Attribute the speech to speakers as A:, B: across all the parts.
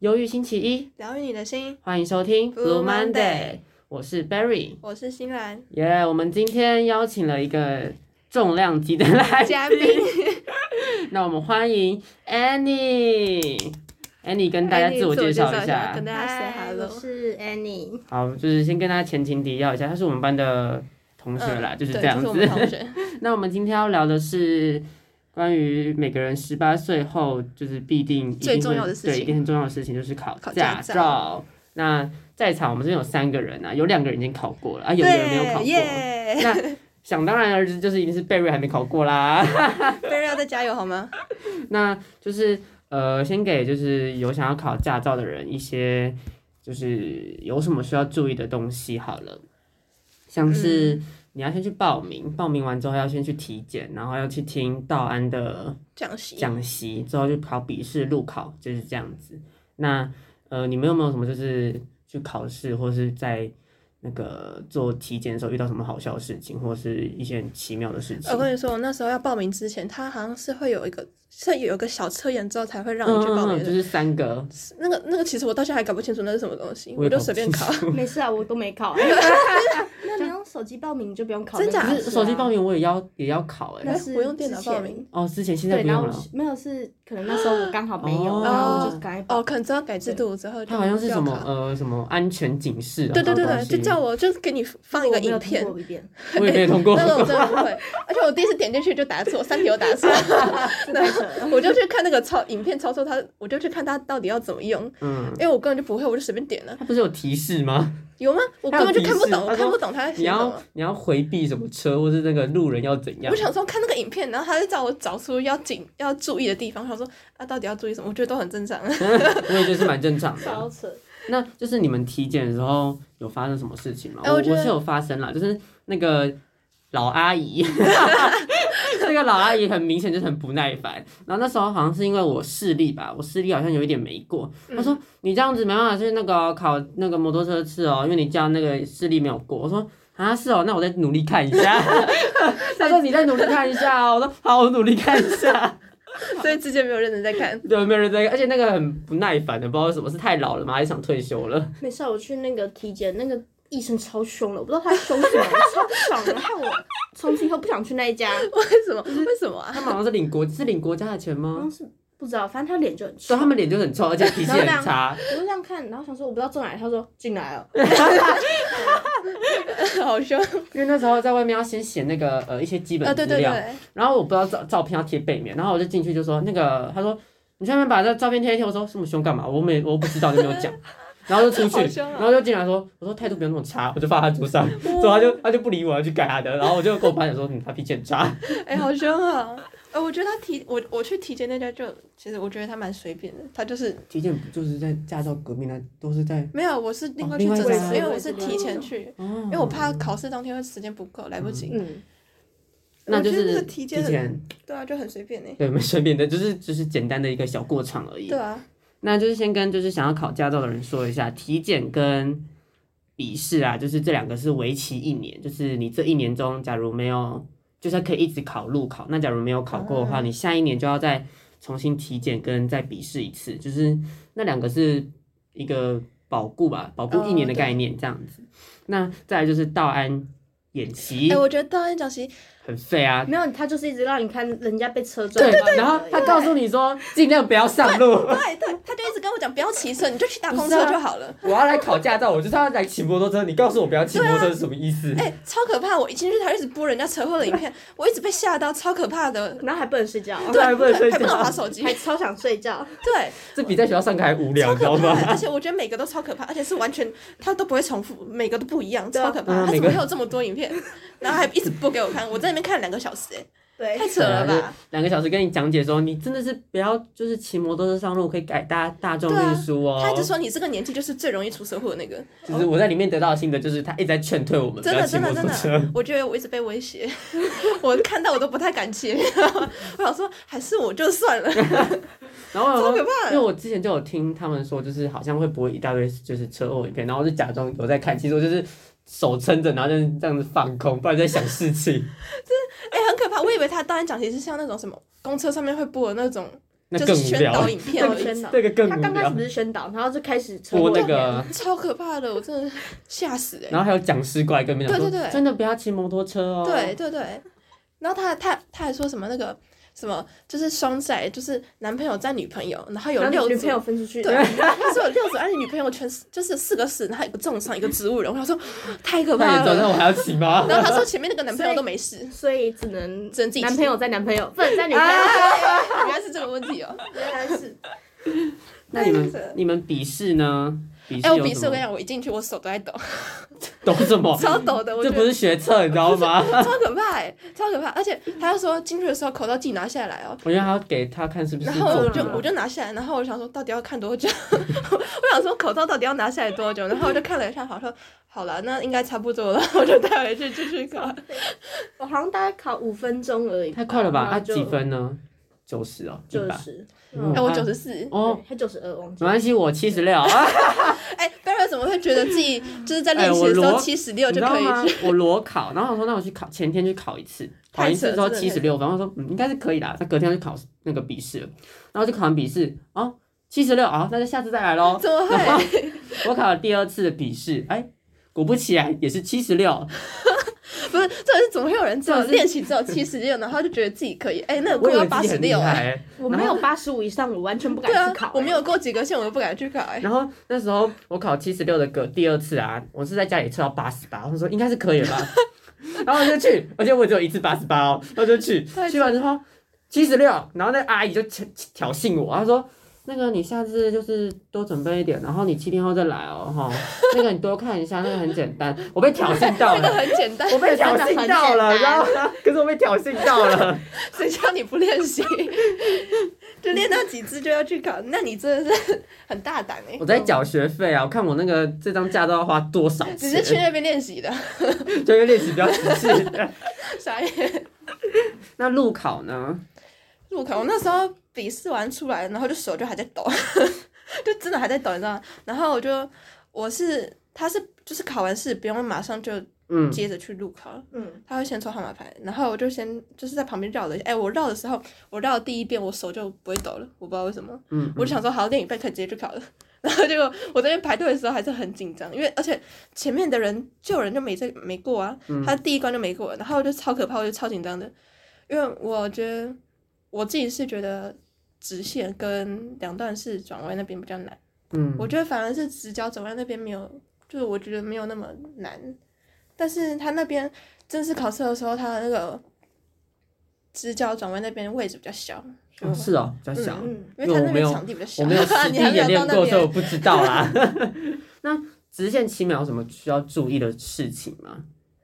A: 忧郁星期一，
B: 疗愈你的心。
A: 欢迎收听
B: Blue
A: Blue
B: Monday
A: Monday，我是 Berry。
B: 我是新兰
A: 耶、我们今天邀请了一个重量级的来宾，
B: 嘉宾，
A: 那我们欢迎 Annie。Annie 跟大
B: 哎
A: 家自我介绍一下，
B: 跟大家 say
C: 嗨，我
B: hello。
C: 是 Annie。
A: 好，就是先跟大家前情提要一下，他是我们班的同学啦，就是
B: 嗯对
A: 这样
B: 就
A: 子。
B: 是我们同学，
A: 那我们今天要聊的是关于每个人十八岁后就是必定一定
B: 最
A: 会
B: 重要的事情
A: 对，一定很重要的事情就是考
B: 考
A: 驾
B: 驾
A: 照。那在场我们这边有三个人啊，有两个人已经考过了啊， 有一个人没有考
B: 对，
A: 过。
B: 耶！
A: 那想当然而知，就是一定是贝瑞还没考过啦。
B: 贝瑞要再加油好吗？
A: 那就是呃，先给就是有想要考驾照的人一些，就是有什么需要注意的东西好了，像是
B: 嗯
A: 你要先去报名，报名完之后要先去体检，然后要去听道安的
B: 降息。
A: 讲习，之后就考笔试、路考，就是这样子。那呃，你们有没有什么就是去考试或是在那个做体检的时候遇到什么好笑的事情，或是一些很奇妙的事情
B: 我？跟你呃说，我那时候要报名之前，他好像是会有一个，是有一个小测验之后才会让你去报名
A: 嗯就
B: 的。
A: 是三个，
B: 那个那个，其实我到现在还搞不清楚那是什么东西，
A: 我
B: 我
A: 也
B: 就
A: 搞不
B: 随
A: 清
B: 便考。
C: 没事啊，我都没考。那你用手机报名就不用考那
B: 真
C: 个
B: 假
C: 试啊。
A: 可是手机报名我也要也要考哎、
C: 那
B: 哎
C: 是
B: 我用电脑
C: 之前
B: 报名。
A: 哦，之前现在
C: 对，
A: 不
C: 然
A: 用
C: 后
A: 了。
C: 没有是可能那时候我刚好没有，
A: 哦
C: 然后我就赶快报。
B: 哦，可能知道改制度之后，
A: 它好像是什么
B: 就要考？
A: 呃什么安全警示啊，
B: 对对对
A: 那种
B: 对，
A: 东西哦
B: 就叫我就给你放一个影片，
C: 我没有听过一遍，
A: 我也没通 过。
B: 那个我真的不会，而且我第一次点进去就打错，三题都打错，
C: 这太扯了。
B: 我就去看那个操影片操作它，我就去看它到底要怎么用，
A: 嗯，
B: 因为我根本就不会，我就随便点了，
A: 它不是有提示 吗？
B: 有吗？我根本就看不
A: 它有
B: 懂，
A: 提示
B: 我看不懂它在
A: 你
B: 写什
A: 要
B: 么。
A: 你要回避什么车，或是那个路人要怎样
B: 我？想说看那个影片，然后他就叫我找出要警要注意的地方，我想说啊到底要注意什么？我觉得都很正常。
A: 我也觉得是蛮正常
C: 超
A: 的。
C: 扯，
A: 那就是你们体检的时候有发生什么事情吗？
B: 哎
A: 我
B: 我觉得
A: 是有发生啦，就是那个老阿姨， 那个老阿姨很明显就是很不耐烦。然后那时候好像是因为我视力吧，我视力好像有一点没过，
B: 嗯
A: 他说你这样子没办法去那个哦、考那个摩托车试哦，因为你这样那个视力没有过。我说啊是哦，那我再努力看一下。 他说你再努力看一下哦，我说好，我努力看一下。
B: 所以之前没有认真在看。
A: 对，没有人在，而且那个很不耐烦的，不知道为什么是太老了吗，还是想退休了？
C: 没事啊，我去那个体检，那个医生超凶的，我不知道他凶什么，超不爽的，害我从此以后不想去那一家。
B: 为什么？为什么啊？
A: 他们好像是领国是领国家的钱
C: 好
A: 吗
B: 嗯
C: 像？嗯是不知道，反正他脸就很
A: 所
C: 臭
A: 嗯以。他们脸就很臭，而且脾气很差。
C: 我就这样看，然后想说我不知道坐哪里，他说进来了，
B: 好凶
A: 因为那时候在外面要先写那个呃一些基
B: 啊！
A: 本资
B: 对对
A: 料，
B: 对，
A: 然后我不知道照照片要贴背面，然后我就进去就说那个，他说你下面把这照片贴一贴，我说这么凶干嘛？我没我不知道就没有 讲，然后就出去
B: 好，凶啊
A: 然后就进来说，我说态度不要那么差，我就放他桌上， 所以他就他就不理我，要去改他的，然后我就跟我班长说，嗯，他脾气很差，
B: 哎，好凶啊！ 呃，我觉得他体我我去体检那家就，其实我觉得他蛮随便的，他就是
A: 体检不就是在驾照革命那都是在
B: 没有，我是另
A: 哦
B: 外去
A: 另外
B: 整
A: 一
B: 的，
A: 家
B: 因为我是提前去，
A: 哦
B: 哎因为我怕考试当天会时间不够，来不及。
C: 嗯，
A: 那就
B: 我觉得那
A: 是
B: 个体检很
A: 检
B: 对啊，就很随便呢。
A: 对蛮随便的，就是就是简单的一个小过场而已。
B: 对啊，
A: 那就是先跟就是想要考驾照的人说一下，体检跟笔试啊，就是这两个是为期一年，就是你这一年中，假如没有，就是可以一直考路考，那假如没有考过的
B: 嗯
A: 话，你下一年就要再重新体检跟再笔试一次，就是那两个是一个保固吧，保固一年的
B: 哦对
A: 概念这样子。那再来就是道安演习
B: 哎，我觉得道安讲习，
A: 很废啊。
C: 没有，他就是一直让你看人家被车撞
A: 对
C: 到而已，，
A: 然后他告诉你说尽量不要上路。
B: 对对，他就一直跟我讲不要骑车，你就去搭公
A: 不是
B: 车
A: 啊
B: 就好了。
A: 我要来考驾照，我就是要来骑摩托车。你告诉我不要骑摩托车是什么意思？
B: 哎，超可怕！我一进去，他就一直播人家车祸的影 片，我一直被吓到，超可怕的。
C: 然后还不能睡觉，
A: 对还不能睡
B: 还不能
A: 觉
B: 滑手机
C: 还，超想睡觉，
B: 对，
A: 这比在学校上课还无聊，
B: 超
A: 你知道
B: 可
A: 吗
B: 怕的。？而且我觉得每个都超可怕，而且是完全他都不会重复，每个都不一样，
C: 对啊
B: 超可怕。
A: 嗯
B: 他
A: 每
B: 怎
A: 个
B: 么会有这么多影片？然后还一直播给我看，我在那边看了两个小时，哎，
C: 对
B: 太扯了吧！
A: 啊两个小时跟你讲解说，你真的是不要就是骑摩托车上路，可以改搭大众运输哦。
B: 他一直说你这个年纪就是最容易出车祸的那个，
A: 就是我在里面得到的心得就是他一直在劝退我们不
B: 真
A: 要
B: 的
A: 骑
B: 真
A: 哦摩
B: 的真
A: 托 车。
B: 的，我觉得我一直被威胁， 我看到我都不太敢骑， 我想说还是我就算了，哎
A: 然后
B: 超
A: 我
B: 可
A: 说，
B: 怕
A: 因为我之前就有听他们说，就是好像会播一大堆就是车祸影片，然后我就假装有在看，其实我就是手撑着，然后就是这样子放空，不然在想事情。
B: 哎、很可怕。我以为他当然讲其实像那种什么公车上面会播的那种
A: 那
B: 就
A: 更
B: 是
A: 无
B: 宣
A: 聊
B: 导
A: 了，
B: 影片
C: 我
B: 而
C: 宣
B: 已，
C: 导，
A: 这个更
C: 他
A: 无
C: 刚开始
A: 聊
C: 不。是宣导，然后就开始车
A: 播
C: 祸
A: 那
C: 片
A: 个，
B: 超可怕的，我真的吓死哎、欸！
A: 然后还有讲师过来跟我们讲说，
B: 对对对
A: 真的不要骑摩托车哦。
B: 对，对对，然后他他他还说什么那个什么，就是双载，就是男朋友载女朋友，然后有
C: 然后
B: 六
C: 女
B: 组
C: 朋，友分出去，
B: 对，他说有六组，而且女朋友全是就是四个死，然后一个重伤，一个植物人，我想说太可
A: 那
B: 怕
A: 你 走，那
B: 了。
A: 我还要骑 吗？
B: 然后他说前面那个男朋
C: 所
B: 友
C: 以
B: 都没事，
C: 所以只能
B: 只能自己
C: 男朋友载男朋友，不能 载女朋 友。
B: 啊，原来是这个问题哦。
C: 原来是
A: 那你
B: 那个
A: 们你们笔试呢？笔试
B: 哎，我
A: 有
B: 笔试
A: 什
B: 我跟你
A: 么？
B: 讲，我一进去我手都在抖，
A: 懂什么？
B: 超抖 的，我
A: 这
B: 觉
A: 不
B: 得
A: 是学测，你知道吗？
B: 超可怕哎，超可怕。而且他又说进去的时候口罩自己拿下来哦，
A: 我觉得还要给他看是不是
B: 然后我
A: 作啊
B: 就
A: 弊
B: 我就拿下来，然后我想说到底要看多久？ 我想说口罩到底要拿下来多久？然后我就看了一下，好像好了，那应该差不多了，我就带回去继续考。
C: 我好像大概考五分钟而已，
A: 太快了吧？
C: 然后
A: 啊，
C: 就
A: 几分呢？九十哦，一
C: 九
A: 百
C: 十，
A: 嗯
C: 嗯
B: 哎，我九十四。
A: 哦，，
C: 还九十二，忘记
A: 没
C: 了。
A: 关系，我七十六 啊，
B: 哎，贝尔怎么会觉得 自己就是在练
A: 哎
B: 习
A: 我
B: 的时
A: 裸
B: 候七十六
A: 你知
B: 就
A: 道
B: 可以
A: 吗
B: 去？？
A: 我裸考，然后我说那我去考，前天去考一次，考
B: 太
A: 一
B: 扯
A: 次之后
B: 真的
A: 七
B: 太扯
A: 十六分，我说嗯应该是可以啦。那隔天要去考那个笔试了，然后就考完笔试哦，七十六啊，那就下次再来喽。
B: 怎么
A: 然后
B: 会？
A: 我考了第二次的笔试，哎，果不其然也是七十六，
B: 不是，这是怎么会有人只有
A: 这是
B: 练习只有七十六，然后就觉得自己可以？哎，那个
A: 我
B: 过
A: 以
B: 要
A: 为自
B: 八
A: 己
B: 十
A: 很厉
B: 六哎。
A: 害。
C: 我没有八十五以上，我完全不敢
B: 对啊
C: 去考、，欸哎
B: 我没有过几个线，我都不敢去考哎。
A: 然后那时候我考七十六的个第二次啊，我是在家里测到八十八，我说应该是可以了吧， 然后我就去，而且我只有一次八十八哦，然后就去，
B: 太扯
A: 去完之后七十六，然后那阿姨就挑挑衅我，她说。那个你下次就是多准备一点，然后你七天后再来哦， 哈。那个你多看一下，那个很简单。我被挑衅到
B: 那个
A: 了，
B: 很简单，
A: 我被挑衅到了，
C: 真的很简单
A: 然后 可是我被挑衅到了。
B: 谁叫你不练习？就练到几次就要去考，那你真的是很大胆哎、
A: 我在缴学费啊，我看我那个这张驾照要花多少
B: 只是
A: 钱，
B: 去那边练习的，
A: 就因为练习比较仔细。
B: 傻眼。
A: 那路考呢？
B: 入考，我那时候笔试完出来，然后就手就还在抖， 就真的还在抖，你知道吗？然后我就我是他是就是考完试不用马上就
A: 嗯，
B: 接着去入考，
C: 嗯，
B: 他会先抽号码牌，然后我就先就是在旁边绕了一下。哎、我绕的时候，我绕第一遍我手就不会抖了，我不知道为什么。
A: 嗯，
B: 我就想说，好，练一半可以直接去考了。 然后结果我这边排队的时候还是很紧张，因为而且前面的人就有人就没这没过啊，
A: 嗯
B: 他第一关就没过，然后我就超可怕，我就超紧张的，因为我觉得我自己是觉得直线跟两段式转弯那边比较难，
A: 嗯，
B: 我觉得反而是直角转弯那边没有，就是我觉得没有那么难，但是他那边正式考试的时候，他的那个直角转弯那边位置比较小，所以
A: 哦
B: 我
A: 是哦，比较小，
C: 嗯，
B: 因为他
A: 我
B: 那
A: 没
B: 边
A: 有
B: 场地比较小，
A: 我没有实
B: 你
A: 地
B: 还没
A: 演
B: 有
A: 练
B: 到那
A: 过，所以我
B: 边。
A: 不知道啦。 那直线七秒有什么需要注意的事情吗？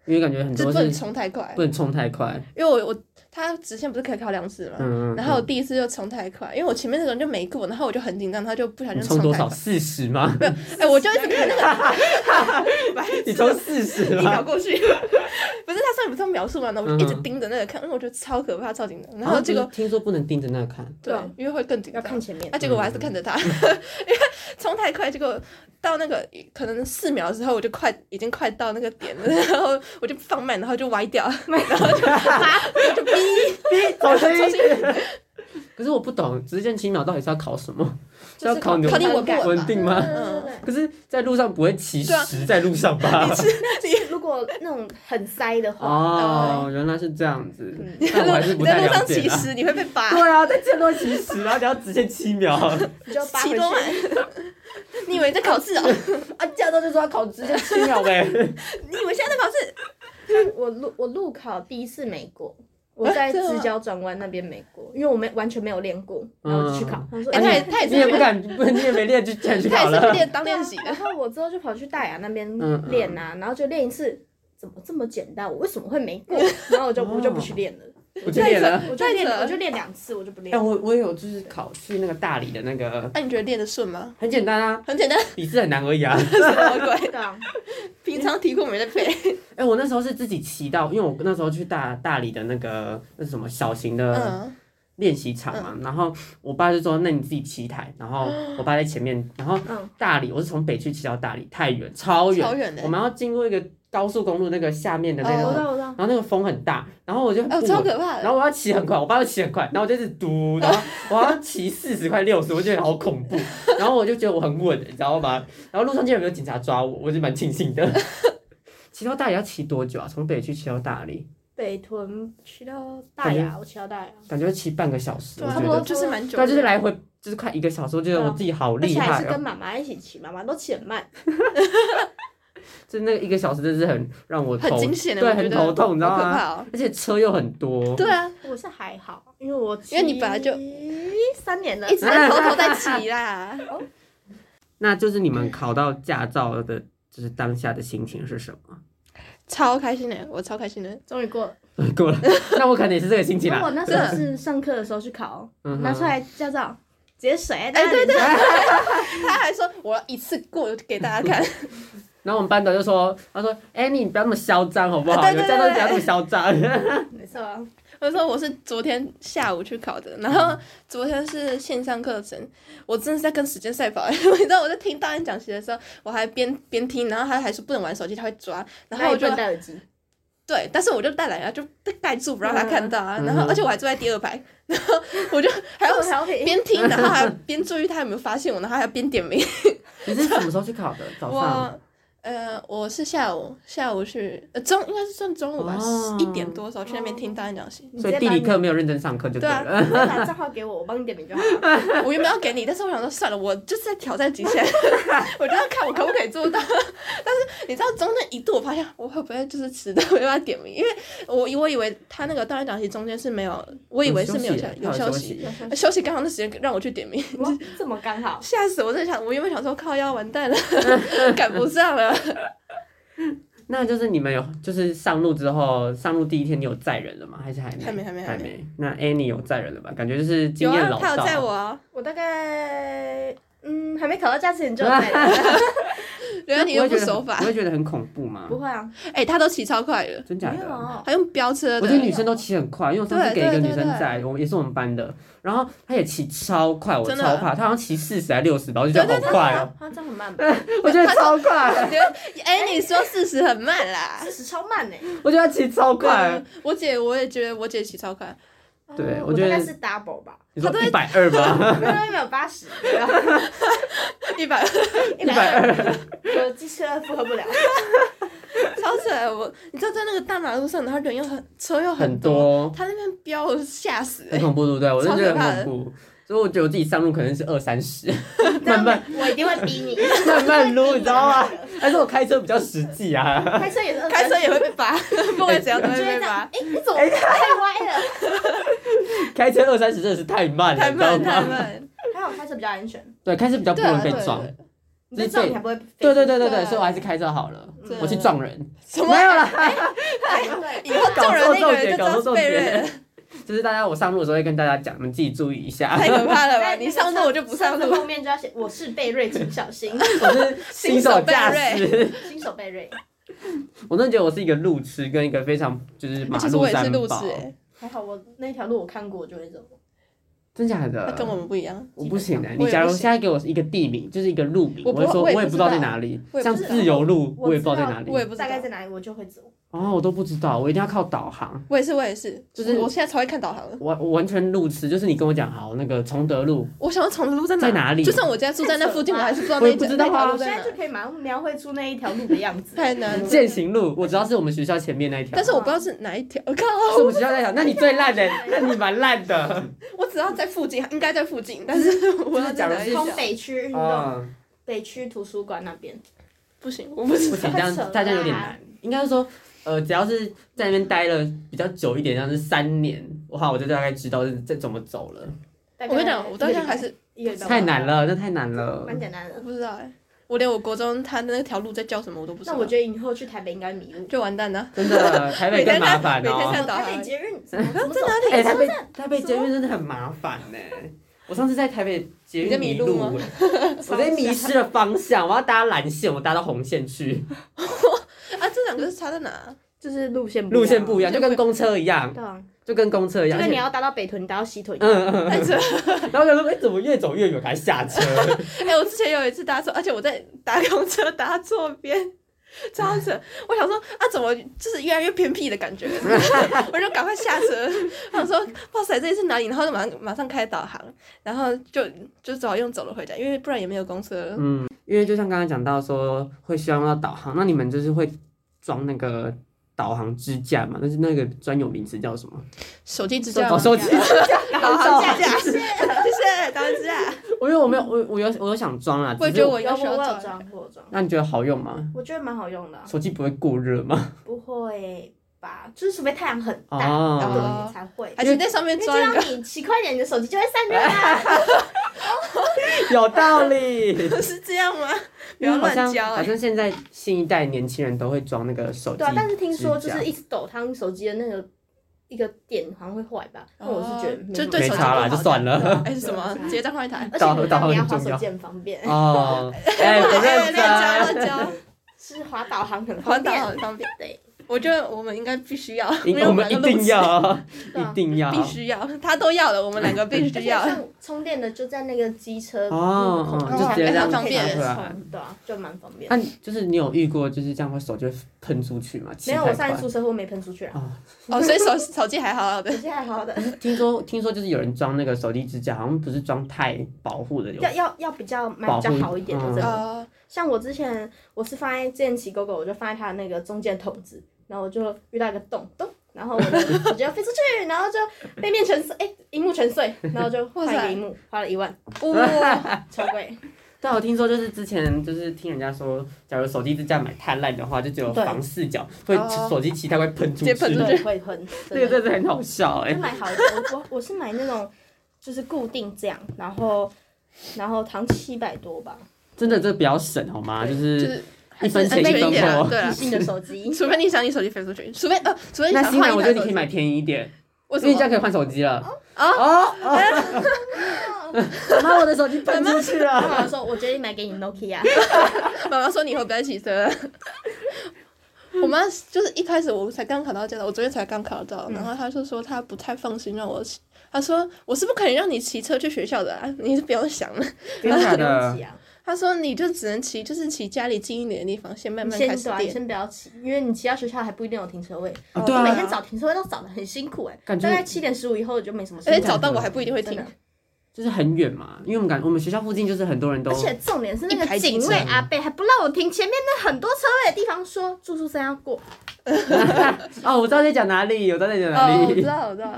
A: 因为感觉很
B: 就
A: 多
B: 不能
A: 是
B: 冲太快
A: 不，能冲太快，
B: 因为我我他直线不是可以考两次嘛，
A: 嗯，嗯
B: 然后我
A: 嗯
B: 第一次就冲太快，因为我前面那个人就没过，然后我就很紧张，他就不小
A: 你
B: 心
A: 冲
B: 太
A: 多少
B: 快。
A: 四十吗？
B: 哎、我就一直看那个，
A: 你冲四十
B: 一秒
A: 吗？
B: 过去， 不是他上面不是有描述嘛，然后我就一直盯着那个看，因为我觉得超可怕、超紧张。然后结
A: 嗯啊
B: 果
A: 不是听说不能盯着那 个看，
B: 对
C: 对啊，
B: 因为会更紧
C: 要
B: 张。
C: 看前面
B: 啊，。结果我还是看着他， 因为冲太快，结果到那个可能四秒之后，我就快已经快到那个点 了，然后我就放慢，然后就歪掉，然后就就逼
A: 走 心。 可是我不懂直线七秒到底是要考什么？是要
C: 就是
A: 考你
B: 考你稳不
C: 感
B: 稳吧
A: 稳定吗？
C: 嗯对对
A: 可是，在路上不会骑
B: 对啊
A: 十在路上吧？
C: 对如果那种很塞的 话，
A: 哦，原来是这样子
C: 嗯，
A: 但我还是
B: 你
A: 不
B: 在
A: 太
B: 路
A: 了
B: 上
A: 解啊
B: 骑
A: 啦。
B: 十，你会被罚。
A: 对啊，在见多起十，然后你要直线七秒，
C: 你就扒回
B: 骑多
C: 去
B: 慢？你以为在考试啊？你
A: 啊，驾照就说要考直 线七秒呗。
B: 以为现在在考试？
C: 我路我路考第一次没过，我在
B: 哎真的吗
C: 直角转弯那边没过，因为我没完全没有练过，然后我就去考。他说，
B: 哎、
C: 哎
B: 他
C: 那
B: 也他也
A: 你也
B: 是
A: 不
B: 去，
A: 敢，不，你也没练就进去
B: 他
A: 考
B: 也是去
A: 了。
B: 练当练习
C: 然
B: 的。
C: 后我之后就跑去大雅那边
A: 嗯嗯
C: 练啊，然后就练一次，怎么这么简单？我为什么会没过？然后我就我就不去练了，
A: 不去练了。
C: 我就练
B: 哦太扯
C: 我就练两次，我就不
A: 哎，
C: 练。
A: 我我有就是考去那个大理的那个，
B: 那、你觉得练得顺吗？
A: 很简单啊，
B: 很简单，
A: 笔试很难而已 啊。
B: 什么鬼？
C: 对啊，
B: 平常题库没在背。
A: 哎，我那时候是自己骑到，因为我那时候去大大理的那个那是什么小型的嗯
B: 嗯，
A: 练习场嘛，然后我爸就说：“那你自己骑一台。”然后我爸在前面，然后
C: 嗯
A: 大理我是从北区骑到大理，太远，超远，
B: 嗯超远的
A: 我。们要经过一个高速公路那个下面的那
B: 哦
A: 个
C: 我
A: 路，
C: 知道，我知道。
A: 然后那个风很大，然后我就
B: 哦，
A: 不
B: 超
A: 稳
B: 可怕
A: 然
B: 的，
A: 后我要骑很快，我爸就骑很快，然后我就一直嘟，然后我要骑四十快六十，我觉得好恐怖。然后我就觉得我很稳，你知道吗？然后路上竟然没有警察抓我，我就蛮庆幸的。 骑到大理要骑多久啊？从北区骑到大理，
C: 北屯骑到大
A: 感觉
C: 雅，我骑到大雅，
A: 感觉骑半个小时，
B: 对
A: 我
B: 啊，
A: 觉
C: 差不
A: 得
C: 多嗯
B: 就是蛮久
A: 对啊，
B: 的，
A: 就是来回就是快一个小时，我觉得我自己好
C: 而
A: 厉
C: 且还
A: 害
C: 是
A: 哦
C: 跟。妈妈一起骑，妈妈都骑很慢。
A: 就那个一个小时，真是很让我头
B: 很，惊险的，
A: 对
B: 我觉
A: 很
B: 得
A: 头痛你知道
B: 好可
A: 吗
B: 怕哦，
A: 而且车又很多。
B: 对啊，
C: 我是还好，因为我
B: 因为你本来就
C: 骑三年了
B: 一，直在偷偷在骑啦。
A: 那就是你们考到驾照的，就是当下的心情是什么？
B: 超开心的，我超开心的。
C: 终于过了。
A: 过了，那我可能也是这个心情
C: 那
A: 啦。
C: 我那时候是上课的时候去考，
A: 嗯哼
C: 拿出来驾照直接甩在
B: 哎
C: 大家脸上。
B: 他还说我要一次过给大家看，
A: 然后我们班导就说：“他说，哎、你不要那么嚣张好不好？
B: 啊对
A: 有
B: 对
A: 驾照就不要那么
B: 对
A: 嚣 张。
C: 没错，
B: 我说我是昨天下午去考的，然后昨天是线上课程，我真的是在跟时间赛跑。欸 你知道我在听大人讲习的时候，我还边边听，然后他还说不能玩手机，他会抓，然后我就
C: 那你不能戴耳机，
B: 对，但是我就带来了，啊就盖住不让他看到啊。
A: 嗯
B: 然后而且我还坐在第二排，然后我就还 要
C: 我调 皮。
B: 边听，然后还边注意他有没有发现我，然后还要边点名。
A: 你是什么时候去考的？早上？
B: 我呃，我是下午下午去，呃中应该是算中午吧
A: 哦，
B: 一、点多的时候去那边听大人讲习。
C: 你
A: 所
C: 直
A: 以
C: 接
A: 地
C: 把
A: 理
C: 你
A: 课没有认真上课就
B: 对啊
A: 了。啊、
C: 你直接把账号给我，我帮你点名就好 了。
B: 我原本要给你，但是我想说算了，我就是在挑战极限，我就要看我可不可以做到。 但是你知道，中间一度我发现我会不会就是迟到，我又要点名，因为我我以为他那个大人讲习中间是没有，我以为是没有下有
A: 有
B: 休
A: 嗯休
B: 息，
A: 息。
B: 休息刚好那时间让我去点名，
C: 哇，这么刚好，
B: 吓死我！在想，我原本想说靠腰完蛋了， 赶不上了。
A: 那就是你们有，就是上路之后，上路第一天你有载人了吗？还是还没？
B: 还没还没
A: 还
B: 还没
A: 没。那 Annie 有载人了吧？感觉就是
B: 有
A: 经验
B: 啊
A: 老，
B: 他有
A: 道。
B: 载我啊，
C: 我大概嗯还没考到驾驶员就有 带了，
B: 原来你又不守法
A: 你。会觉得很恐怖吗
C: 不？会啊，
B: 哎、他都骑超快的，
A: 真假
C: 没有
A: 的？
C: 啊。
B: 还用飙车
A: 我
B: 的
A: 觉得。女生都骑很快，因为我上次
B: 对
A: 给一个
B: 对
A: 女
B: 对
A: 生
B: 对
A: 载，我也是我们班的，然后她也骑超快，我
B: 真的
A: 超怕，她好像骑四十还六十吧，我就觉得
B: 对
A: 好快哦，
C: 他这样很慢吧，
A: 我觉得
B: 她
A: 超快。
B: 哎、你说四十很慢啦
C: 四。十超慢呢。
A: 我觉得他骑超快
B: 对，，啊我姐我也觉得我姐骑超快，
A: 对
C: 哦
A: 我
C: 我
A: 觉得
C: 大概是 double 吧，
A: 你
B: 他
A: 说
B: 都
A: 一
B: 会
A: 百二 吧，
C: 没有没有 八十，
B: 一百
C: 一百二，我机车负荷不了。
B: 超扯！我你知道在那个大马路上，然后人又很车又
A: 很
B: 多，
A: 多，
B: 他那边飙我吓死、
A: 很
B: 欸！
A: 恐怖，对不对？我就
B: 超
A: 觉
B: 可
A: 得
B: 怕
A: 很
B: 的
A: 恐怖，所以我觉得我自己上路可能是二三十，慢
C: 但
A: 慢
C: 我一定会逼你，
A: 慢慢撸，你知道吗？还是我开车比较实际啊？
C: 开车也是二
B: 开
C: 三
B: 车也会被 罚，不管怎样都
C: 就
B: 会
C: 会这
B: 被
C: 样，
B: 罚
C: 哎，，你怎么太歪了？
A: 开车二三十真的是太慢了，
B: 太
A: 你知道
B: 慢太
A: 吗？
B: 慢。
C: 还好开车比较安全，
A: 对，开车比较不
B: 对啊
A: 容易被
B: 对
A: 撞。
C: 你被撞你还不会飞。
A: 对对啊对对对，
B: 对
A: 所以我还是开车好了
C: 真，的
A: 我去撞人，
B: 什么
A: 没有啦，
C: 对，
B: 以后撞人那个人就知
A: 搞
B: 道
A: 错
B: 是
A: 重
B: 被
A: 点
B: 认，
A: 就是大家我上路的时候会跟大家讲，你们自己注意一下。
B: 太可怕了吧！
C: 那
B: 你上路我就不上
C: 啊车子
B: 路，
C: 后面就要写我是贝瑞，请 小心，
A: 我是新手驾
B: 新手
A: 驶，
C: 新手贝瑞。
A: 我真的觉得我是一个路痴跟一个非常就是马
B: 其实
A: 路
B: 我也是
A: 三
B: 路痴
A: 宝，
B: 哎，
C: 还好我那条路我看过，我就会走。
A: 真假的？
B: 那跟我们不一样。
A: 我不行哎、
B: 基本上
A: 你假如
B: 我也不行
A: 现在给我一个地名，就是一个路名，
B: 我不
A: 会说
B: 我也不
A: 也不知道
B: 知道
A: 在哪里，
B: 我也
A: 像
B: 不知道
A: 自由路
C: 我
A: 我也不知道在哪里
B: 我，也不知道
C: 大，概在哪里我就会走。
A: 哦，我都不知道，我一定要靠导航。
B: 我也是我也是，
A: 就是
B: 我现在超会看导航的。
A: 我我完全路痴，就是你跟我讲好那个崇德路，
B: 我想要从路在哪
A: 在哪里
B: 就算我家住在那附近，我还是不知道
A: 我
B: 那
A: 也
B: 一
A: 不
B: 条
A: 知道
B: 那
A: 啊
B: 条
C: 我
B: 路
C: 现
B: 在
C: 在
B: 哪
C: 就。可以马上描绘出那一条路的样子。
B: 太难了
A: 践行路，我知道是我们学校前面那一条，
B: 但是我不知道是哪一条，我靠，
A: 是我们学校那条，那你最烂的、那你蛮烂的。
B: 我只要在附近，应该在附近，但是 我要在哪一条
C: 从北区运动，
A: 啊，
C: 北区图书馆那边。
B: 不行，我不
A: 不
B: 行。
A: 行，这样
C: 太扯了
A: 大家有点难。应该是说，呃，只要是在那边待了比较久一点，像是三年，我好，我就大概知道这这怎么走了。
C: 我
B: 我跟你讲，我到现在还是
A: 太难，了，这太难 了。
C: 蛮简单的
B: 我。不知道哎、我连我国中他那条路在叫什么我都不知道。
C: 那我觉得以后去台北应该迷路。
B: 就完蛋了。
A: 真的，台北更麻烦
B: 每天
A: 哦。
B: 看
C: 台北捷运怎么怎么走？
A: 哎、台北台北捷运真的很麻烦呢、我上次在台北捷运迷路、
B: 你在迷路
A: 欸， 我在迷失了方向，我要搭蓝线，我搭到红线去，
B: 啊，这两个是差在哪？
C: 就是路线
A: 路线不一样，
C: 样。
A: 就跟公车一样，
C: 对啊，
A: 就跟公车一
C: 就
A: 样。而
C: 跟你
A: 且
C: 要搭到北屯，你搭到西屯。
A: 嗯嗯，
B: 但是，
A: 嗯然后我想说，哎、怎么越走越远，还下车？
B: 哎、我之前有一次搭错，而且我在搭公车搭错边，超扯！我想说啊，怎么就是越来越偏僻的感 觉？我就赶快下车，我想说哇塞，这里是哪里？然后就马上马上开导航，然后就就只好用走了回家，因为不然也没有公车了。
A: 嗯，因为就像刚才讲到说会需要用到导航，那你们就是会装那个导航支架嘛？但是那个专有名词叫什么？
B: 手机支
C: 架
B: 架，
A: 导
C: 吗
A: 手机支架，
B: 导
A: 导
B: 航
A: 航
B: 支架，谢谢导航 支架。
A: 我因为我没有，我我有我有想装啦，
B: 我也
A: 只是
B: 觉得我应
C: 有
B: 该需
C: 我
B: 要
C: 我有
B: 装
C: 装，我有装，
A: 那你觉得好用吗？
C: 我觉得蛮好用的啊、
A: 手机不会过热吗？
C: 不会吧？就是除非太阳很大，
A: 哦
C: 然后你才会。
B: 而且在上面
C: 因为
B: 装一
C: 这
B: 个，
C: 样你骑快点，你的手机就会散热啦。
A: 有道理。
B: 是这样吗？不
A: 因
B: 要
A: 为好
B: 乱
A: 像
B: 教
A: 好
B: 哎、
A: 像现在新一代年轻人都会装那个手机，
C: 对啊，但是听说就是一直抖，他们手机的那个一个点好像会坏吧？那我是觉得没
B: 就
C: 有
B: 对
A: 没
B: 手机
A: 差
B: 不
A: 啦，
B: 好
A: 就算
C: 对
A: 了。
C: 啊
B: 哎、是什么？直接再换一台。
C: 而且
A: 导
C: 你
A: 导航
C: 你要
A: 很
C: 滑
A: 重要
C: 手机很方便，
A: 哦，哎，不认
B: 哎乱教
A: 真，
B: 乱 教，
C: 是滑导航很
B: 环
C: 方
B: 岛
C: 便。
B: 很方便。
C: 对，
B: 我觉得我们应该必须要，因
A: 应
B: 为
A: 我
B: 们
A: 们一
B: 两个路
A: 定
B: 痴，
A: 要，
C: 对
A: 一
C: 啊
A: 定要，
B: 必须要，他都要了，我们两个必
C: 而
B: 须
C: 且
B: 要。
C: 像充电的就在那个机车
A: 哦
C: 那个孔
B: 哦就直接这样
C: 上面
B: 插
C: 可以
A: 出来
C: 充，对啊，就蛮方便
A: 那、。你就是你有遇过就是这样，会手就会喷出去嘛？骑
C: 没有，
A: 太
C: 我上
A: 快
C: 次出车祸没喷出去啊，
A: 哦，
B: 哦，所以手手机还好好的
C: 手。机还好好的。
A: 听说听说就是有人装那个手机支架，好像不是装太保护的，有
C: 要要要比较买
A: 保
C: 比较
A: 护
C: 好一点的
A: 嗯
C: 这种。
B: 哦，
C: 像我之前我是放在之前骑狗狗，我就放在它的那个中间筒子，然后我就遇到一个洞洞，然后我的手机要飞出去，然后就背面全碎， 哎、荧幕全碎，然后就换一
B: 哇
C: 个
B: 塞
C: 荧幕，花了一万，
B: 哇，
C: 超贵。
A: 但我听说就是之前就是听人家说，假如手机支架买太烂的话，就只有
C: 对
A: 防视角，会
B: 哦
A: 手机骑太快喷出
B: 直接
A: 去。
B: 喷出去
C: 对，会喷。
A: 这个
C: 真
A: 真的很好笑
C: 的
A: 哎、
C: 就买好一点，我我我是买那种就是固定这样，然后然后糖七百多吧，呃
A: 真的这个比较省好吗？就
B: 就是是
A: 一分钱
B: 安全
A: 一
B: 一点
A: 分
B: 啊
A: 货。
B: 对啊
C: 理性的 手机。
B: 除非你想你手机飞出去，除非呃，除非你
A: 那
B: 想
A: 新
B: 换
A: 买
B: 一
A: 我觉
B: 台
A: 得你可以买便宜一点，
B: 为
A: 因
B: 什
A: 为这样
B: 么？
A: 可以换手机了。
B: 啊
A: 哦哦！ 妈妈，我的手机喷出去
C: 妈
A: 了。
C: 妈说：“我决定买给你 Nokia。
B: 妈妈说你以后不要骑车 了。我妈就是一开始我才刚考到驾照，我昨天才刚考
A: 嗯
B: 到，然后她就说她不太放心让我骑，她说我是不可能让你骑车去学校的啊，你是不用想了。”
A: 真的假
C: 不用
A: 的
C: 骑？啊
B: 她说你就只能骑，就是骑家里近一点的地方，先慢
C: 你
B: 慢
C: 先
B: 开始
C: 对啊，你
B: 练。
C: 先不要骑，因为你骑到学校还不一定有停车位。
A: 啊
B: 哦
A: 对
C: 我
A: 啊，
C: 每天找停车位都找的很辛苦哎、
A: 感觉
C: 大概七点十五以后就没什么事
B: 而且
C: 情。
B: 找到我还不一定会停
C: 真，的
A: 就是很远嘛，因为我们感我们学校附近就是很多人都
C: 而且重点是那
B: 一
C: 个
B: 排
C: 警
B: 警
C: 卫
A: 车
C: 阿贝还不让我停前面那很多车位的地方，说住宿生要过。
A: 哦，我知道在讲哪里，我知道在讲哪
B: 哦，我知
A: 里。
B: 道，我知道。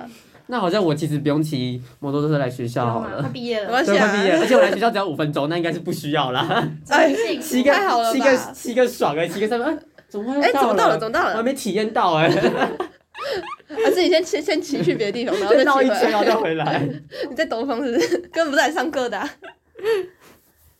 A: 那好像我其实不用骑摩托车来学校好
C: 不用啊
A: 了
C: 快。毕业
B: 没
C: 了
B: 关，
A: 对，
B: 系啊
A: 快毕业了，而且我来学校只要五分钟，那应该是不需要 啦。
B: 哎，
C: 幸
A: 骑
C: 福
A: 个
B: 太好了吧
A: 骑个骑个爽哎，骑个三分，哎怎么
B: 哎，
A: 会
B: 怎么到了？
A: 了？
B: 怎么到
A: 我还
B: 了？
A: 没体验到哎，
B: 还是你先先先骑去别的地 方，然后再
A: 再
B: 骑
A: 绕一圈，然后
B: 回来。
A: 再回来。
B: 你在东方是不是？根本不是来上课的啊。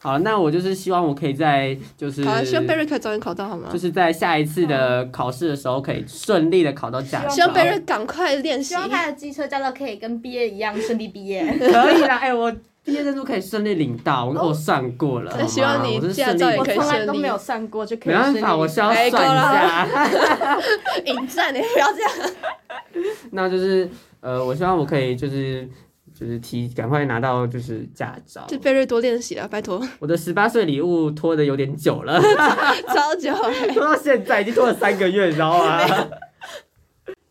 A: 好，那我就是希望我可以在就是
B: 好啊，希望 Barry 可以早点考到好吗
A: 就？是在下一次的考试的时候可以顺利的考到驾照。
B: 希望 Barry 赶快练习
C: 希。望他的机车驾照可以跟毕业一样顺利毕业。
A: 可以啦， 哦哎，我毕业证书可以顺利领到，我我算过了。
B: 那
A: 好吗
B: 希望你
A: 我是
B: 驾
A: 顺利
B: 照也
A: 领
C: 我
B: 可以
C: 从来
B: 顺
C: 都
B: 利
C: 没有算过，就可
A: 没
C: 以
A: 办
C: 顺
A: 法，
C: 利
A: 我 是要算一
B: 哎够
A: 下。
B: 迎战，你不要这样。
A: 那就是呃，我希望我可以就是就是提赶快拿到就是驾照。
B: 就 Barry 多练习啊，拜托，
A: 我的十八岁礼物拖的有点久了，
B: 超久了。
A: 拖到现在已经拖了三个月，你知道 吗？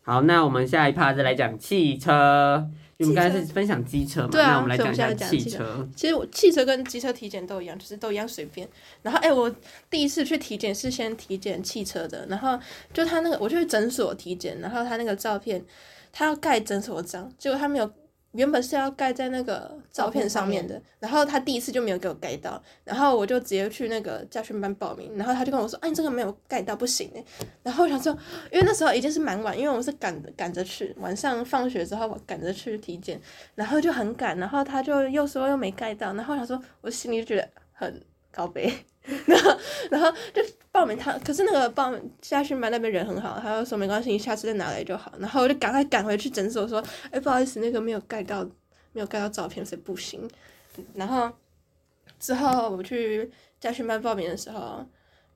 A: 好，那我们下一趴再来讲汽车。因为我们刚才
B: 汽车
A: 是分享机车嘛，
B: 对啊
A: 那我们来
B: 所以
A: 讲一
B: 我们现
A: 下
B: 在讲
A: 汽
B: 汽车
A: 车。
B: 其实我汽车跟机车体检都一样，就是都一样随便。然后哎、我第一次去体检是先体检汽车的，然后就他那个我就去诊所体检，然后他那个照片，他要盖诊所章，结果他没有。原本是要盖在那个照片上面的，然后他第一次就没有给我盖到，然后我就直接去那个驾训班报名，然后他就跟我说：“哎、你这个没有盖到，不行哎。”然后我想说，因为那时候已经是蛮晚，因为我们是赶赶着去，晚上放学之后我赶着去体检，然后就很赶，然后他就又说又没盖到，然后我想说，我心里就觉得很高杯，然后然后就报名他，可是那个报名家训班那边人很好，他就说没关系，你下次再拿来就好，然后我就赶快赶回去诊所说，哎，不好意思，那个没有盖到，没有盖到照片，所以不行。然后之后我去家训班报名的时候，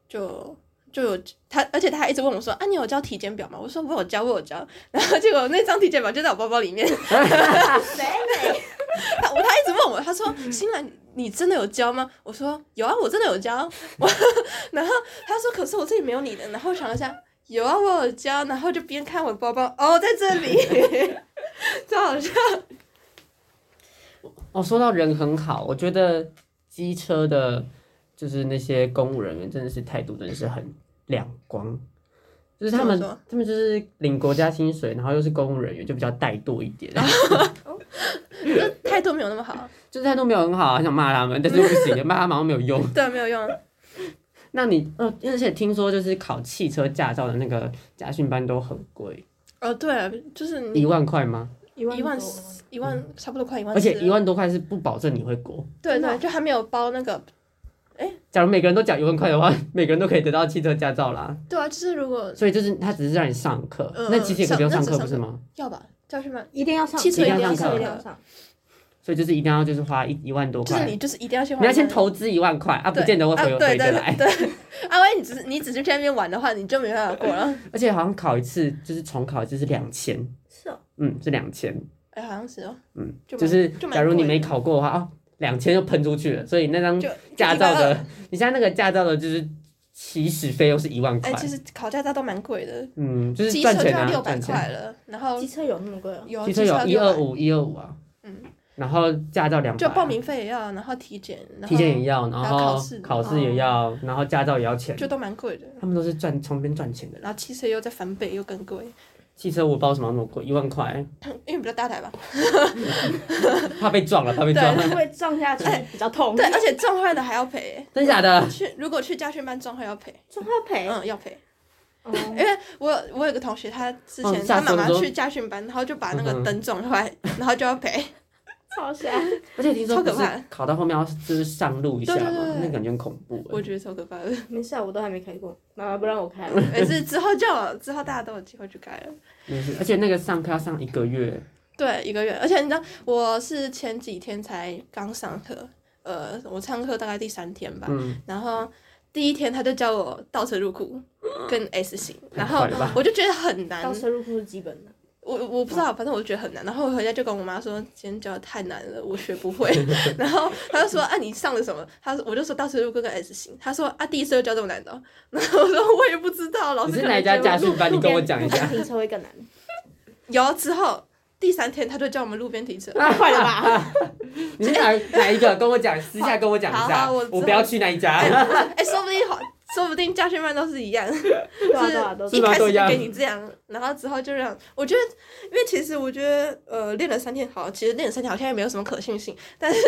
B: 就。就有他，而且他还一直问我说：“啊，你有交体检表吗？”我说：“我有交，我有交。”然后结果那张体检表就在我包包里面，
C: 谁美？
B: 他我他 一直问我，他说：“新兰，你真的有教吗？”我说：“有啊，我真的有教。” 我然后他说：“可是我这里没有你的。”然后我想了一下，有啊，我有教。然后就边看我的包包，哦，在这里， 超 好笑。
A: 哦，说到人很好，我觉得机车的，就是那些公务人员真的是态度真的是很两光，就是他们
B: 怎么说
A: 他们就是领国家薪水，然后又是公务人员，就比较怠惰一 点，
B: 就态度没有那么好，
A: 就是态度没有很好，很想骂他们，但是又不行，骂他们好像没有用。
B: 对，没有用。
A: 那你呃，而且听说就是考汽车驾照的那个驾训班都很贵，
B: 哦，对，就是
A: 一
B: 你
A: 万块吗？
C: 一万
B: 一万
C: 多
B: 四一万，差不多快一万
A: 而
B: 四了，
A: 且一万多块是不保证你会过。
B: 对
C: 真的
B: 对，
C: 哦
B: 就还没有包那个。
A: 假如每个人都缴一万块的话，每个人都可以得到汽车驾照啦。
B: 对啊，就是如果
A: 所以就是他只是让你上课，
B: 嗯
A: 那其实也可以不用上
B: 上
A: 课，
B: 那
A: 不
B: 只
A: 是
B: 上
A: 吗？
B: 要吧，教训班
C: 一定要上，
B: 汽车
A: 一定要
C: 汽
A: 上
C: 车一定要上，
A: 所以就是一定要就是花一一万多
B: 就是
A: 块
B: 你，就是一定要先还
A: 你要先
B: 钱
A: 投资一万块啊，
B: 对
A: 不见得会
B: 啊
A: 回
B: 对
A: 回
B: 对
A: 得来。
B: 对， 阿威，你只是你只是去那边玩的话，你就没办法过了。
A: 而且好像考一次就是重考就是两千，
C: 是哦，
A: 嗯，是两千，
B: 哎，好像是哦，
A: 嗯，
B: 就
A: 就
B: 蛮
A: 是
B: 就蛮
A: 假如你
B: 贵的
A: 没考过的话，哦，两千就喷出去了，所以那张
B: 就
A: 驾
B: 120
A: 照的，你现在那个驾照的就是起始费又是一万块
B: 哎，，其实考驾照都蛮贵的，
A: 嗯，就是
B: 机
A: 赚
B: 车就
A: 钱
B: 要
A: 啊，
B: 六百
A: 赚
B: 块
A: 钱。
B: 了，然后
C: 机车有那么贵哦？
B: 有
A: 汽车有一
B: 600
A: 二，五一二五啊，
B: 嗯，
A: 然后驾照两百，
B: 就报名费也要，然后体检，然
A: 体检也
B: 后
A: 要，然
B: 还有
A: 后
B: 考试哦
A: 考试也要，然后驾照也要钱，
B: 就都蛮贵的。
A: 他们都是赚从边赚钱的。
B: 然后汽车又再翻倍，又更贵，
A: 汽车我不知道为什么要那么贵，一万块，
B: 因为比较大台吧。
A: 哦怕被撞了，怕被撞
C: 因
A: 了，
C: 为撞下去 比较痛，
B: 对，而且撞坏的还要赔。
A: 真假的？
B: 去如果去驾训班撞坏要赔，
C: 撞会赔。
B: 嗯，要赔。
C: 哦
B: 因为我有我有个同学，他之
A: 哦
B: 前
A: 吓
B: 他
A: 死我
B: 妈妈
A: 说
B: 去驾训班，然后就把那
A: 嗯
B: 个
A: 哼
B: 灯撞坏，然后就要赔。
C: 超吓！
A: 而且听说
B: 超
A: 不是
B: 可怕
A: 考到后面要就是上路一下
B: 对对
A: 嘛
B: 对，对
A: 那感觉很恐怖欸。
B: 我觉得超可怕的。
C: 没事啊，我都还没开过，妈妈不让我开。
B: 也是之后就有之后大家都有机会去改了。
A: 没事而且那个上课要上一个 月，
B: 对，一个月，而且你知道我是前几天才刚上课，呃，我上课大概第三天吧，
A: 嗯，
B: 然后第一天他就教我倒车入库跟 S 型，然
A: 太
B: 后
A: 快了吧
B: 我就觉得很难
C: 倒，车入库是基本的，
B: 我我不知道，反正我就觉得很难。然后我回家就跟我妈说，今天教的太难了，我学不会。 然后她就说，啊，你上了什么？她说，我就说倒车入库跟 S 型。她说，啊，第一次就教这么难的哦。 然后我说，我也不知道，老
A: 你
B: 师
A: 是
B: 可
A: 哪一
B: 能
A: 家
B: 觉得
A: 驾
B: 我
A: 训班？你跟我讲一
C: 路边
A: 下。
C: 停车会更难。
B: 有啊之后第三天，他就叫我们路边停车。
A: 啊，
C: 快了 吧！
A: 你是哪哪一个？跟我讲，私下跟我讲一
B: 好
A: 下，
B: 好我知道
A: 不要去那一家。
B: 哎、说不定好，说不定家训班都是一样，
C: 对啊对啊，都
A: 是
B: 一
A: 吧
B: 开始
A: 都一样
B: 就给你这样，然后之后就让我觉得，因为其实我觉得，呃，练了三天好，其实练了三天好像也没有什么可信性，但是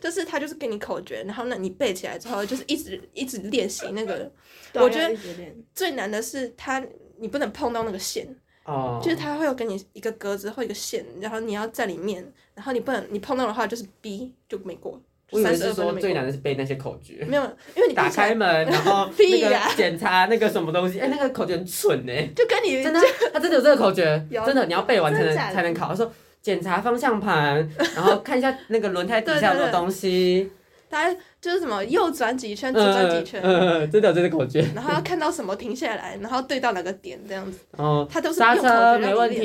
B: 就是他就是给你口诀，然后呢你背起来之后，就是一直一直练习那个。
C: 对啊
B: 我觉得
C: 要一直练
B: 最难的是他，你不能碰到那个线，
A: 哦，
B: 就是他会有给你一个格子或一个线，然后你要在里面，然后你不能你碰到的话就是 B 就没过，
A: 我
B: 就
A: 以
B: 三
A: 为
B: 十
A: 是
B: 二分
A: 说
B: 就没
A: 最
B: 过。
A: 难的是背那些口 诀，
B: 没有，因为你
A: 打
B: 背起来
A: 开门，然后那
B: 屁
A: 个
B: 呀
A: 检查那个什么东西，哎，那个口诀很蠢哎，
B: 就跟你
A: 真的，他真的有这个口诀，
B: 有
A: 真的你要背完才能
C: 真的假的
A: 才能考。他说检查方向盘，然后看一下那个轮胎底下有没有东西，
B: 大家就是什么右转几圈，左
A: 呃
B: 转几圈，
A: 嗯，真的有这个口诀。
B: 然后要看到什么停下来，然后对到哪个点这样子，
A: 然后
B: 他都是
A: 哦刹
B: 用口
A: 车
B: 诀
A: 没问
B: 让你练。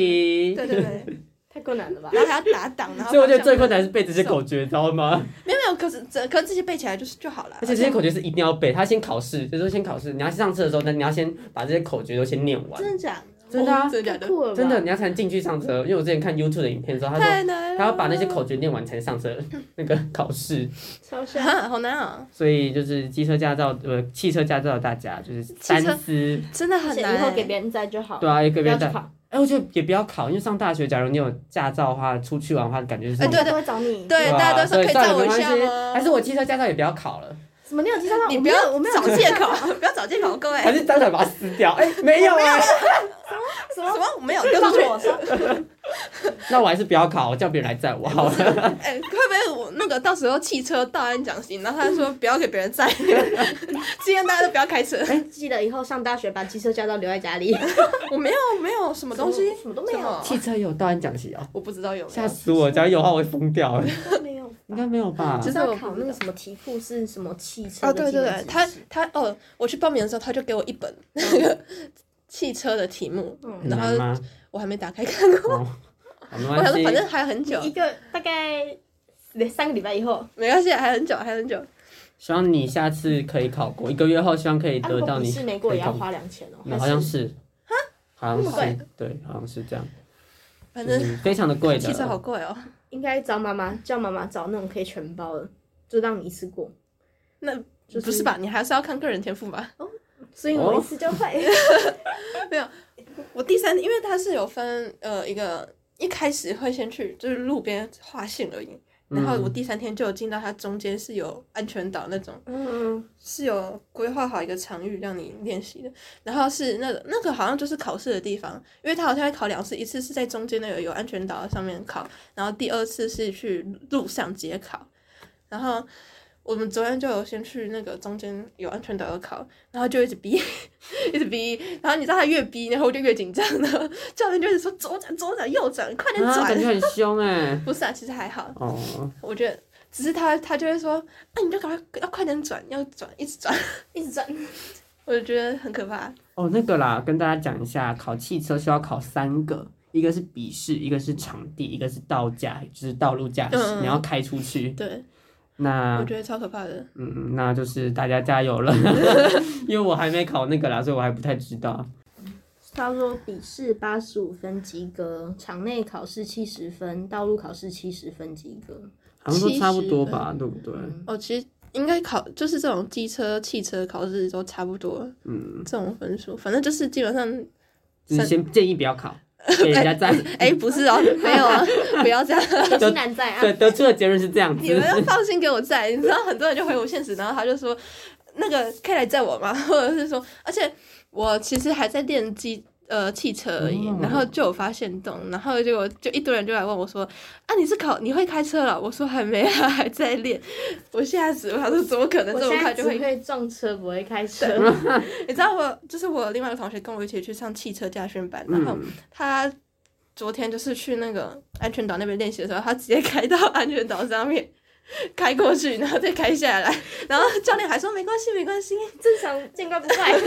A: 题，
B: 对对对，
C: 太困难了吧？
B: 然后还要打档，然后
A: 所以我觉得最困难是背这些口诀，知道吗？
B: 没有没有，可是这可是这些背起来就是就好了。
A: 而且这些口诀是一定要背，他先考试，就是说先考试，你要上车的时候，那你要先把这些口诀都先念完，
C: 真的假
A: 真的啊
B: 哦真的
C: 的？
B: 假
C: 太
B: 的？
C: 酷了吧！
A: 真的，，你要才能进去上车。因为我之前看 YouTube 的影片的时候，他说
B: 太难了，
A: 他要把那些口诀念完才能上车 那个考试，
C: 超帅！
B: 啊，好难啊，
A: 所以就是机车驾照呃汽车驾照的大家就是三思，
B: 真的
C: 而
B: 很
C: 且
B: 难。
C: 以后给别人载就好，
A: 对啊，也
C: 不
A: 给别
C: 要
A: 人
C: 去
A: 带。
C: 考。
A: 哎，我觉得也不要考，因为上大学，假如你有驾照的话，出去玩的话，感觉是
B: 哎对
C: 他都会找你。
B: 对，
A: 吧
B: 大家都说
A: 所
B: 可以
A: 算
B: 载
A: 了
B: 我
A: 没
B: 一
A: 关
B: 下
A: 系
B: 吗？
A: 还是我汽车驾照也不要考了，
C: 什么？你有机车照？
B: 你
C: 我
B: 不
C: 没有
B: 要
C: 我没有
B: 找
C: 机车
B: 借口， 不要找借口，各位。
A: 还是当场把它撕掉？哎，没有啊，
C: 什
B: 什
C: 么？
B: 么？我没有
C: 就
B: 丢出去
C: 是。我说，
A: 那我还是不要考，我叫别人来载我好了。
B: 哎、会不会我那个到时候汽车到安讲行，然后他说不要给别人载， 今天大家都不要开车。
A: 哎
C: 记得以后上大学把机车驾照留在家 里，
B: 我没有没有什么东西，
C: 什么都没有，
A: 汽车有到安讲习哦。
B: 我不知道有没
A: 吓
B: 有。
A: 死我！假啊如有的话，我会疯掉欸。
C: 都没有。
A: 应该没有吧？
B: 就
C: 就是是
B: 我
C: 要
B: 不
C: 考
B: 知
C: 那个
B: 道
C: 什么题库是什么汽车
B: 哦，
C: 的
B: 对
C: 基
B: 对
C: 本
B: 对，
C: 知
B: 他
C: 识
B: 他哦，我去报名的时候他就给我一本那个 汽车的题目，
A: 很
C: 嗯，
B: 然
A: 难
B: 后
A: 吗？
B: 我还没打开看过。
A: 哦，好没
B: 我想
A: 关
B: 说
A: 系
B: 嗯反。正还很久
C: 一，个大概连三个礼拜以后，
B: 没关系，还很久，还很久。
A: 希望你下次可以考过，一个月后希望可以
C: 啊，
A: 得
C: 如果
A: 到
C: 笔
A: 你
C: 试没过
A: 可以
C: 也要
A: 考
C: 花两千哦，
A: 嗯
C: 还
A: 好像是，好
C: 那么
A: 像
C: 贵
A: 是，对，好像是这样，
B: 反
A: 就
B: 正
A: 是非常的贵
B: 汽车好
A: 的。
B: 贵哦。
C: 应该找妈妈叫妈妈找那种可以全包的，就让你一次过。
B: 那
C: 就是
B: 不是吧？你还是要看个人天赋吧。
C: 所以我一次就会，
A: 哦
B: 我第三，因为它是有分呃一个，一开始会先去就是路边画线而已，然后我
A: 嗯
B: 第三天就有进到它中间是有安全岛那种，
C: 嗯，
B: 是有规划好一个场域让你练习的。然后是那个那个好像就是考试的地方，因为它好像会考两次，一次是在中间那个有安全岛上面考，然后第二次是去路上街考。然后我们昨天就有先去那个中间有安全岛的考，然后就一直逼， 一直逼，然后你知道他越逼，然后我就越紧张了。教练就是说左转左转右转，快点
A: 啊，
B: 转。
A: 感觉很凶哎、
B: 不是啊，其实还好，
A: 哦，
B: 我觉得。只是他，他就会说，那、你就赶快要快点转，要转，一直转。
C: 一直转，
B: 我就觉得很可怕。
A: 哦，那个啦，跟大家讲一下，考汽车需要考三个，一个是笔试，一个是场地，一个是道驾，就是道路驾驶，
B: 嗯嗯
A: 你要开出去。
B: 对，
A: 那
B: 我觉得超可怕的。
A: 嗯，那就是大家加 油了，因为我还没考那个啦，所以我还不太知道。
C: 他说笔试八十五分及格，场内考试七十分，道路考试七十分及格。
A: 好像说差不多吧，对不对？
B: 哦，其实应该考就是这种机车、汽车考试都差不多
A: 嗯，
B: 这种分数，反正就是基本上，
A: 就是先建议不要考，给人家赞。
B: 哎，不是哦，没有啊，不要这样，
C: 有心难在
A: 对，
C: 啊，
A: 得出的结论是这样子
B: 哎你。们要放心给我载。你知道很多人就回我现实，然后他就说那个可以来载我吗？ 或者是说，而且我其实还在练机。呃，汽车而已
A: 哦，
B: 然后就有发现洞，然后结果就一堆人就来问我说：“啊，你是考你会开车了？”我说：“还没啊，还在练。”我吓死了，我想说怎么可能
C: 我
B: 这么
C: 现
B: 快
C: 在
B: 就
C: 只
B: 会
C: 会撞车，不会开车。
B: 你知道我就是我有另外一个同学跟我一起去上汽车驾训班，然后
A: 嗯，
B: 他昨天就是去那个安全岛那边练习的时候，他直接开到安全岛上面。开过去，然后再开下来，然后教练还说没关系，没关系。
C: 正常见怪 不怪。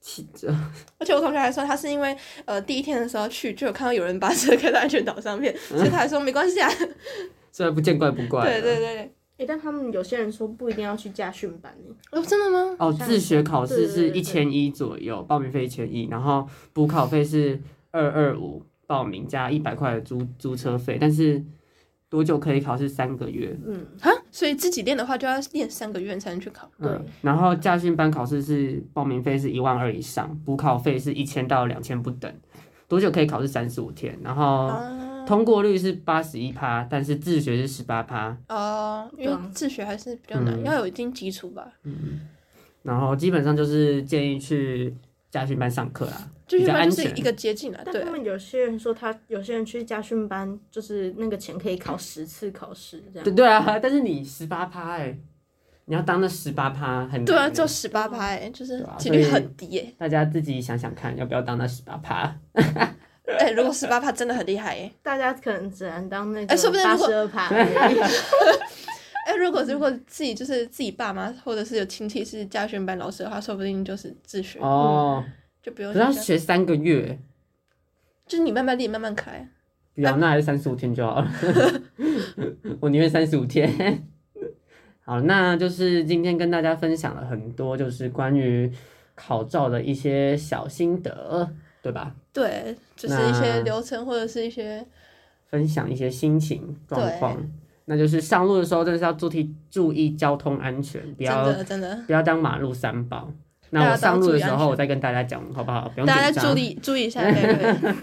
A: 汽车
B: 而且我同学还说，他是因为呃第一天的时候去就有看到有人把车开到安全岛上面，所以他还说没关系啊。
A: 虽然不见怪不怪。
B: 对对。对，
C: 哎、但他们有些人说不一定要去驾训班欸呢，
B: 哦真的吗？
A: 哦，自学考试是
C: 对对
A: 一
C: 对
A: 千一左右，报名费一千一，然后补考费是二二五，报名加一百块的租租车费，但是多久可以考是三个月。
C: 嗯，
B: 啊，所以自己练的话就要练三个月才能去考。
A: 嗯
C: 对，
A: 然后驾训班考试是报名费是一万二以上，补考费是一千到两千不等，多久可以考是三十五天，然后
B: 啊
A: 通过率是八十一趴，但是自学是十八趴，
B: 哦，因
C: 对
B: 为
C: 啊
B: 自学还是比较难，
A: 嗯
B: 要有一定基础吧。
A: 然后基本上就是建议去驾训班上课啦，
B: 就
A: 比
B: 是
A: 较
B: 它
A: 安
B: 就是
A: 全
B: 一。个捷径啊，
C: 但
B: 对
C: 他
B: 啊，
C: 们有些人说他，有些人去家训班，就是那个钱可以考十次考试这
A: 对
C: 样。
A: 对啊， 但是你十八趴哎，你要当那十八趴很难
B: 对啊，
A: 欸
B: 只有十八趴哎，就是
A: 对啊
B: 几
A: 所
B: 率
A: 以
B: 很低 耶、
A: 大家自己想想看，要不要当那十八趴？
B: 哎、如果十八趴真的很厉害耶、
C: 大家可能只能当那个
B: 哎说不定
C: 八
B: 如果
C: 十二趴，
B: 哎、如果如果自己就是自己爸妈或者是有亲戚是家训班老师的话，说不定就是自学，
A: 哦，
B: 就不
A: 可
B: 用
A: 是要
B: 嗯想，
A: 学三个月，
B: 就是你慢慢练，慢慢开。
A: 不要，那还是三十五天就好了。 我宁愿三十五天。好，那就是今天跟大家分享了很多，就是关于考照的一些小心得，对吧？
B: 对，就是一些
A: 那
B: 流程或者是一些
A: 分享一些心情状
B: 对
A: 况。那就是上路的时候，真的是要注意注意交通安全，不
B: 真
A: 要
B: 的真的，
A: 不要当马路三宝。
B: 大
A: 那
B: 家
A: 我上路的时
B: 都要注意安
A: 候，
B: 全
A: 我再跟大家讲，好不好？不用紧
B: 大家
A: 张
B: 注。意注意一下，对对对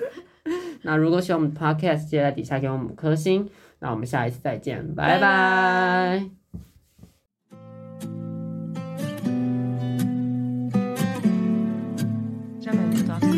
A: 那如果喜欢我们的 podcast，记得在底下给我们五颗星。那我们下一次再见，拜拜
B: 拜拜
D: 加盟早餐。